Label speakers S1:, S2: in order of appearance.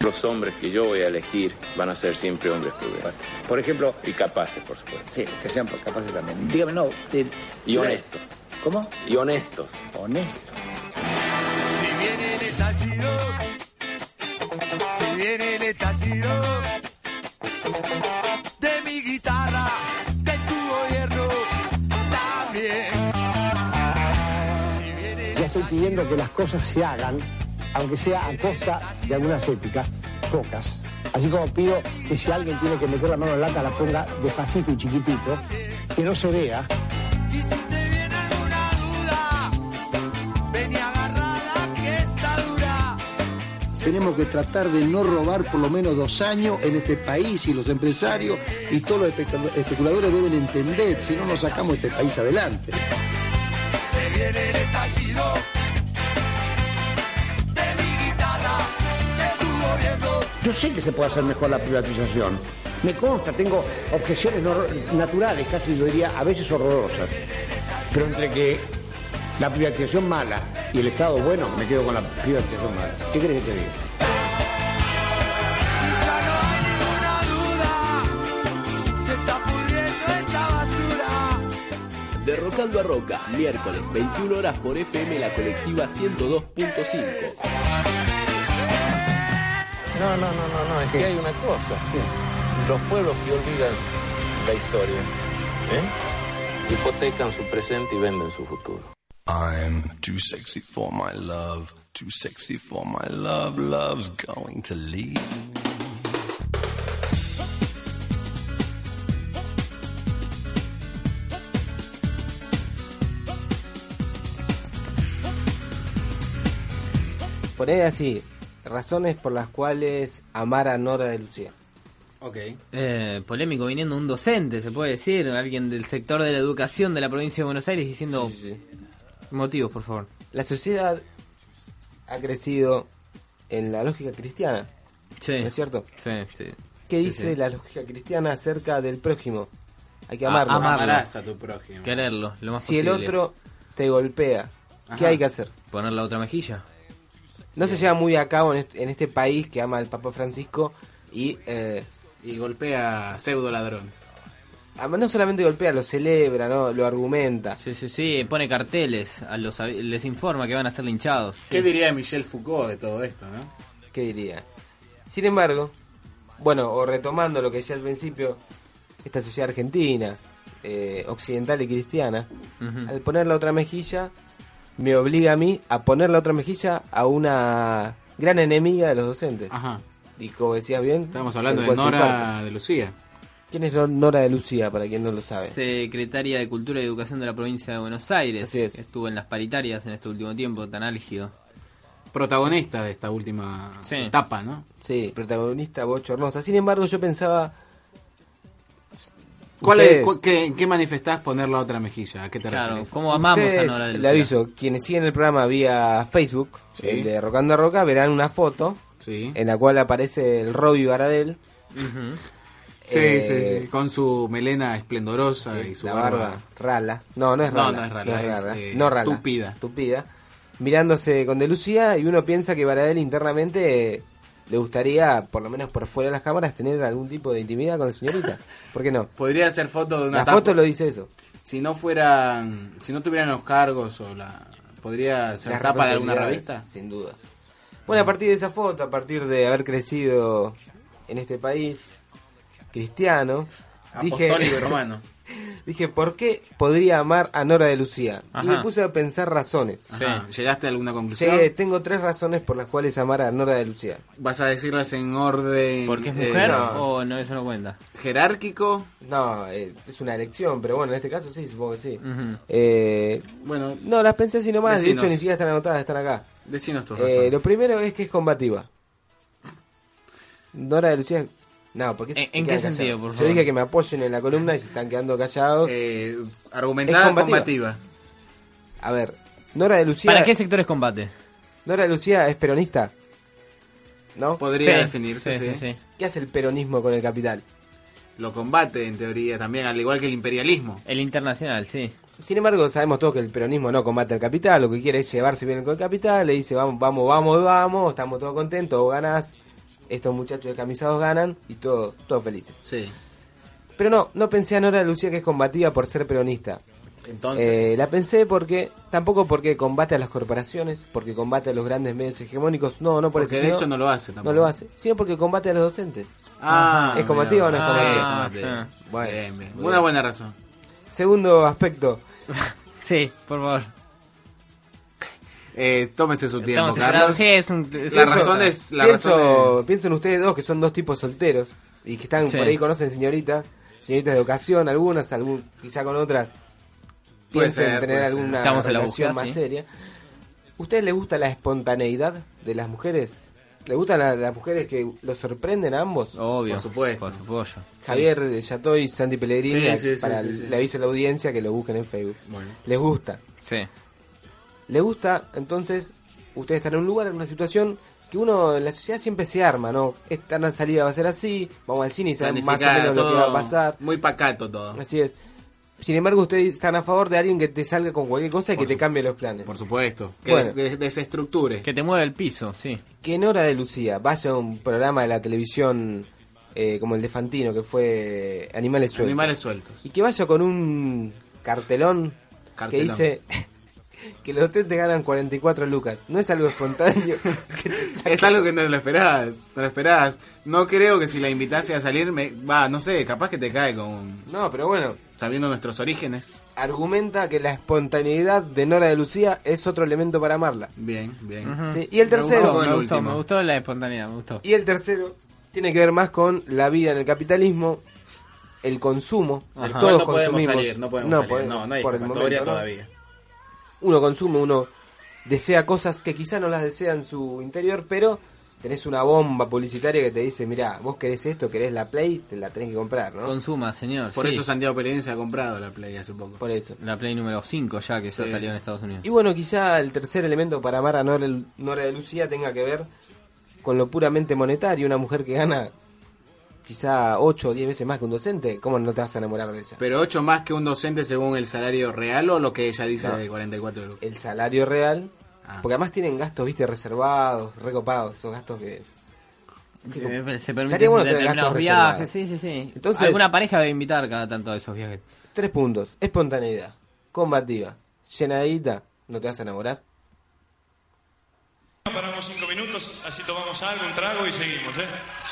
S1: los hombres que yo voy a elegir van a ser siempre hombres prudentes.
S2: Por ejemplo,
S1: Y capaces, por supuesto.
S2: sí, que sean capaces también. Dígame, no. eh,
S1: Y honestos.
S2: ¿Cómo?
S1: Y honestos.
S2: Honesto.
S3: Si viene el estallido, si viene el estallido de mi guitarra, de tu gobierno, también. Si viene el
S4: Ya estoy pidiendo que las cosas se hagan, aunque sea a costa de algunas épicas, pocas. Así como pido que si alguien tiene que meter la mano en la lata, la ponga despacito y chiquitito, que no se vea.
S3: Y si te viene alguna duda, ven y agarrala que está dura.
S5: Tenemos que tratar de no robar por lo menos dos años en este país y los empresarios y todos los especul- especuladores deben entender, si no, no sacamos este país adelante.
S3: Se viene el estallido de mi guitarra, de tu gobierno.
S4: Yo sé que se puede hacer mejor la privatización. Me consta, tengo objeciones no- naturales, casi yo diría, a veces horrorosas. Pero entre que la privatización mala y el Estado bueno, me quedo con la privatización mala. ¿Qué crees que te diga?
S3: Ya no hay ninguna duda, se está pudriendo esta basura.
S6: Derrocando a Roca, miércoles 21 horas por FM La Colectiva 102.5.
S7: No, no, no, no, no, es que hay una cosa. Los pueblos que olvidan la historia, ¿eh? hipotecan su presente y venden su futuro.
S8: I'm too sexy for my love, too sexy for my love, love's going to leave.
S9: Por ahí así, razones por las cuales amar a Nora de Lucía.
S2: Ok.
S10: Eh, polémico viniendo un docente, se puede decir, alguien del sector de la educación de la provincia de Buenos Aires diciendo motivos, por favor.
S9: La sociedad ha crecido en la lógica cristiana,
S10: Sí.
S9: ¿no es cierto?
S10: Sí, sí.
S9: ¿Qué
S10: Sí,
S9: dice
S10: sí.
S9: la lógica cristiana acerca del prójimo? Hay que
S10: A-
S9: amarlo.
S10: amarlo.
S11: Amarás a tu prójimo.
S10: Quererlo, lo más
S9: Si el
S10: posible.
S9: otro te golpea, ¿qué
S11: Ajá.
S9: hay que hacer?
S10: Poner la otra mejilla.
S9: No se lleva muy a cabo en est- en este país que ama al Papa Francisco y eh,
S11: Y golpea a pseudo ladrones.
S9: ama- no solamente golpea, lo celebra, ¿no? lo argumenta.
S10: Sí, sí, sí, pone carteles, a los, avi- les informa que van a ser linchados.
S11: ¿Qué diría Michel Foucault de todo esto, no?
S9: ¿Qué diría? Sin embargo, bueno, o retomando lo que decía al principio, esta sociedad argentina, eh, occidental y cristiana,
S10: Ujú.
S9: al poner la otra mejilla, me obliga a mí a poner la otra mejilla a una gran enemiga de los docentes.
S11: Ajá.
S9: Y como decías bien,
S11: Estamos hablando
S9: el
S11: de
S9: cual se impacta.
S11: Nora de Lucía.
S9: ¿Quién es Nora de Lucía, para quien no lo sabe?
S10: Secretaria de Cultura y Educación de la provincia de Buenos Aires.
S9: Así es.
S10: que Estuvo en las paritarias en este último tiempo, tan álgido.
S11: Protagonista de esta
S9: Ah,
S11: última
S10: Sí.
S11: etapa, ¿no?
S9: Sí, protagonista bochornosa. Sin embargo, yo pensaba,
S11: ¿Cuál es,
S9: Ustedes.
S11: cu- qué, ¿En qué manifestás poner la otra mejilla? ¿A qué te
S10: Claro,
S11: refieres?
S10: ¿cómo amamos a
S9: Ustedes,
S10: Nora de
S9: Le
S10: Lucía?
S9: aviso, quienes siguen el programa vía Facebook,
S11: Sí.
S9: el de Rocando a Roca, verán una foto
S11: Sí.
S9: en la cual aparece el Robbie Baradel.
S10: Ujú.
S11: Sí,
S9: eh,
S11: sí, sí. Con su melena esplendorosa y su
S9: la
S11: barba.
S9: barba, rala. No, no es
S11: No,
S9: rala.
S11: no es rala, es, eh,
S9: no rala.
S11: tupida.
S9: Tupida. Mirándose con De Lucía y uno piensa que Baradel internamente eh, le gustaría, por lo menos por fuera de las cámaras, tener algún tipo de intimidad con la señorita. ¿Por qué no?
S11: Podría ser foto de una
S9: La
S11: tapa.
S9: foto lo dice eso.
S11: Si no fueran, si no tuvieran los cargos o la, podría ser
S9: Las
S11: tapa de alguna
S9: responsabilidades,
S11: revista.
S9: Sin duda. Bueno, a partir de esa foto, a partir de haber crecido en este país cristiano, dije,
S11: Apostólico romano.
S9: dije, ¿por qué podría amar a Nora de Lucía? Y
S10: Ajá.
S9: me puse a pensar razones.
S11: Ajá. ¿Llegaste a alguna conclusión?
S9: Llegué- tengo tres razones por las cuales amar a Nora de Lucía.
S11: ¿Vas a decirlas en orden
S10: ¿Porque es
S11: eh,
S10: mujer
S9: no.
S10: o no? Eso no cuenta.
S11: jerárquico?
S9: No, eh, es una elección, pero bueno, en este caso sí, supongo que sí.
S10: Ujú.
S9: Eh,
S11: Bueno,
S9: no, las pensé así nomás, de hecho
S11: Decinos.
S9: ni siquiera están anotadas, están acá.
S11: decinos tus
S9: Eh,
S11: razones.
S9: lo primero es que es combativa. Nora de Lucía. No, porque se
S10: ¿En- en
S9: quedan
S10: qué
S9: callados?
S10: sentido, por
S9: Yo
S10: favor?
S9: dije que me apoyen en la columna y se están quedando callados.
S11: Eh, argumentada
S9: es combativa.
S11: combativa.
S9: A ver, Nora de Lucía.
S10: ¿Para qué sectores combate?
S9: Nora de Lucía es peronista. ¿No?
S11: Podría
S10: Sí,
S11: definirse, sí,
S10: sí, sí.
S9: ¿Qué hace el peronismo con el capital?
S11: Lo combate en teoría también, al igual que el imperialismo.
S10: El internacional, sí.
S9: Sin embargo, sabemos todos que el peronismo no combate al capital. Lo que quiere es llevarse bien con el capital. Le dice, vamos, vamos, vamos, vamos. Estamos todos contentos, vos ganás. estos muchachos descamisados ganan y todos todos felices. Pero no, no pensé a Nora Lucía que es combatida por ser peronista.
S11: Entonces.
S9: Eh, la pensé porque, tampoco porque combate a las corporaciones, porque combate a los grandes medios hegemónicos, no, no por
S11: Porque
S9: eso.
S11: de
S9: sino-
S11: hecho no lo hace tampoco.
S9: No lo hace, sino porque combate a los docentes.
S11: Ah,
S9: ¿Es combativa o no es
S11: mira,
S10: Ah,
S9: combativa?
S11: sí, combativa.
S9: Bueno,
S11: Eh, Bien, bien.
S9: bueno.
S11: Una buena razón.
S9: Segundo aspecto.
S10: sí, por favor.
S11: Eh, tómese su tiempo,
S10: Estamos esperando-
S11: Carlos.
S10: sí, es un- es
S11: la
S10: un-
S11: razón es. La
S9: pienso,
S11: razón es-
S9: pienso en ustedes dos que son dos tipos solteros y que están
S11: Sí.
S9: por ahí conocen señoritas, señoritas de ocasión, algunas, algún, quizá con otras
S11: Puede
S9: piensen
S11: ser,
S9: tener
S11: puede ser.
S9: alguna
S11: Estamos en la
S9: relación
S11: búsqueda,
S9: más
S11: sí.
S9: seria. ¿Ustedes les gusta la espontaneidad de las mujeres? ¿Les gustan la- las mujeres que los sorprenden a
S11: Oh,
S9: ambos?
S10: Obvio.
S9: Por supuesto.
S10: Por supuesto.
S9: Javier Yatoy y Santi Pellegrini,
S10: Sí, sí, sí,
S9: para
S10: sí, sí.
S9: le aviso a la audiencia que lo busquen en Facebook. Les gusta.
S10: Sí.
S9: Le gusta, entonces, ustedes están en un lugar, en una situación que uno en la sociedad siempre se arma, ¿no? Esta no- salida va a ser así, vamos al cine y sabemos más o
S11: planificada,
S9: menos lo que va a
S11: todo
S9: pasar.
S11: Muy pacato todo.
S9: Así es. Sin embargo, ustedes están a favor de alguien que te salga con cualquier cosa y
S11: Por
S9: que te
S11: su-
S9: cambie los planes.
S11: Por supuesto. Que
S9: Bueno.
S11: des- desestructure.
S10: Que te mueva el piso, sí.
S9: Que en hora de Lucía vaya a un programa de la televisión eh, como el de Fantino, que fue Animales Sueltos.
S11: Animales sueltos.
S9: Y que vaya con un cartelón,
S11: Cartelón.
S9: que dice que los docentes ganan 44 lucas. No es algo espontáneo. que te saque-
S11: Es algo que no lo esperabas. No lo esperabas. No creo que si la invitase a salir, me, va, no sé, capaz que te cae con.
S9: No, pero bueno.
S11: Sabiendo nuestros orígenes.
S9: Argumenta que la espontaneidad de Nora de Lucía es otro elemento para amarla.
S11: Bien, bien.
S10: Ujú.
S9: Sí, Y el tercero.
S10: Me gustó, me, gustó, me gustó la espontaneidad, me gustó.
S9: Y el tercero tiene que ver más con la vida en el capitalismo, el consumo.
S11: Ajá.
S9: Todos
S11: No podemos
S9: consumimos.
S11: salir, no podemos salir. No, no hay
S9: por el
S11: escapatoria
S9: momento, ¿no?
S11: todavía.
S9: Uno consume, uno desea cosas que quizá no las desea en su interior, pero tenés una bomba publicitaria que te dice, mirá, vos querés esto, querés la Play, te la tenés que comprar, ¿no?
S10: Consuma, señor.
S11: Por
S10: sí.
S11: eso Santiago Pereira se ha comprado la Play hace poco.
S9: Por eso.
S10: La Play número 5 ya que se
S9: Sí,
S10: salió
S9: sí.
S10: en Estados Unidos.
S9: Y bueno, quizá el tercer elemento para amar a Nora, Nora de Lucía tenga que ver con lo puramente monetario. Una mujer que gana quizá 8 o 10 veces más que un docente, ¿cómo no te vas a enamorar de ella?
S11: Pero 8 más que un docente según el salario real o lo que ella dice
S9: No.
S11: de 44 lucas. Ah.
S9: El salario real, porque además tienen gastos, viste, reservados, recopados, esos gastos que... que-
S10: Eh, Se- Se
S9: Estaría
S10: permiten
S9: bueno tener
S10: determinados
S9: gastos
S10: viajes,
S9: reservados.
S10: sí, sí, sí.
S9: Entonces-
S10: Alguna pareja debe invitar cada tanto a esos viajes.
S9: Tres puntos. Espontaneidad, combativa, llenadita, ¿no te vas a enamorar?
S12: Paramos cinco minutos, así tomamos algo, un trago y seguimos, ¿eh?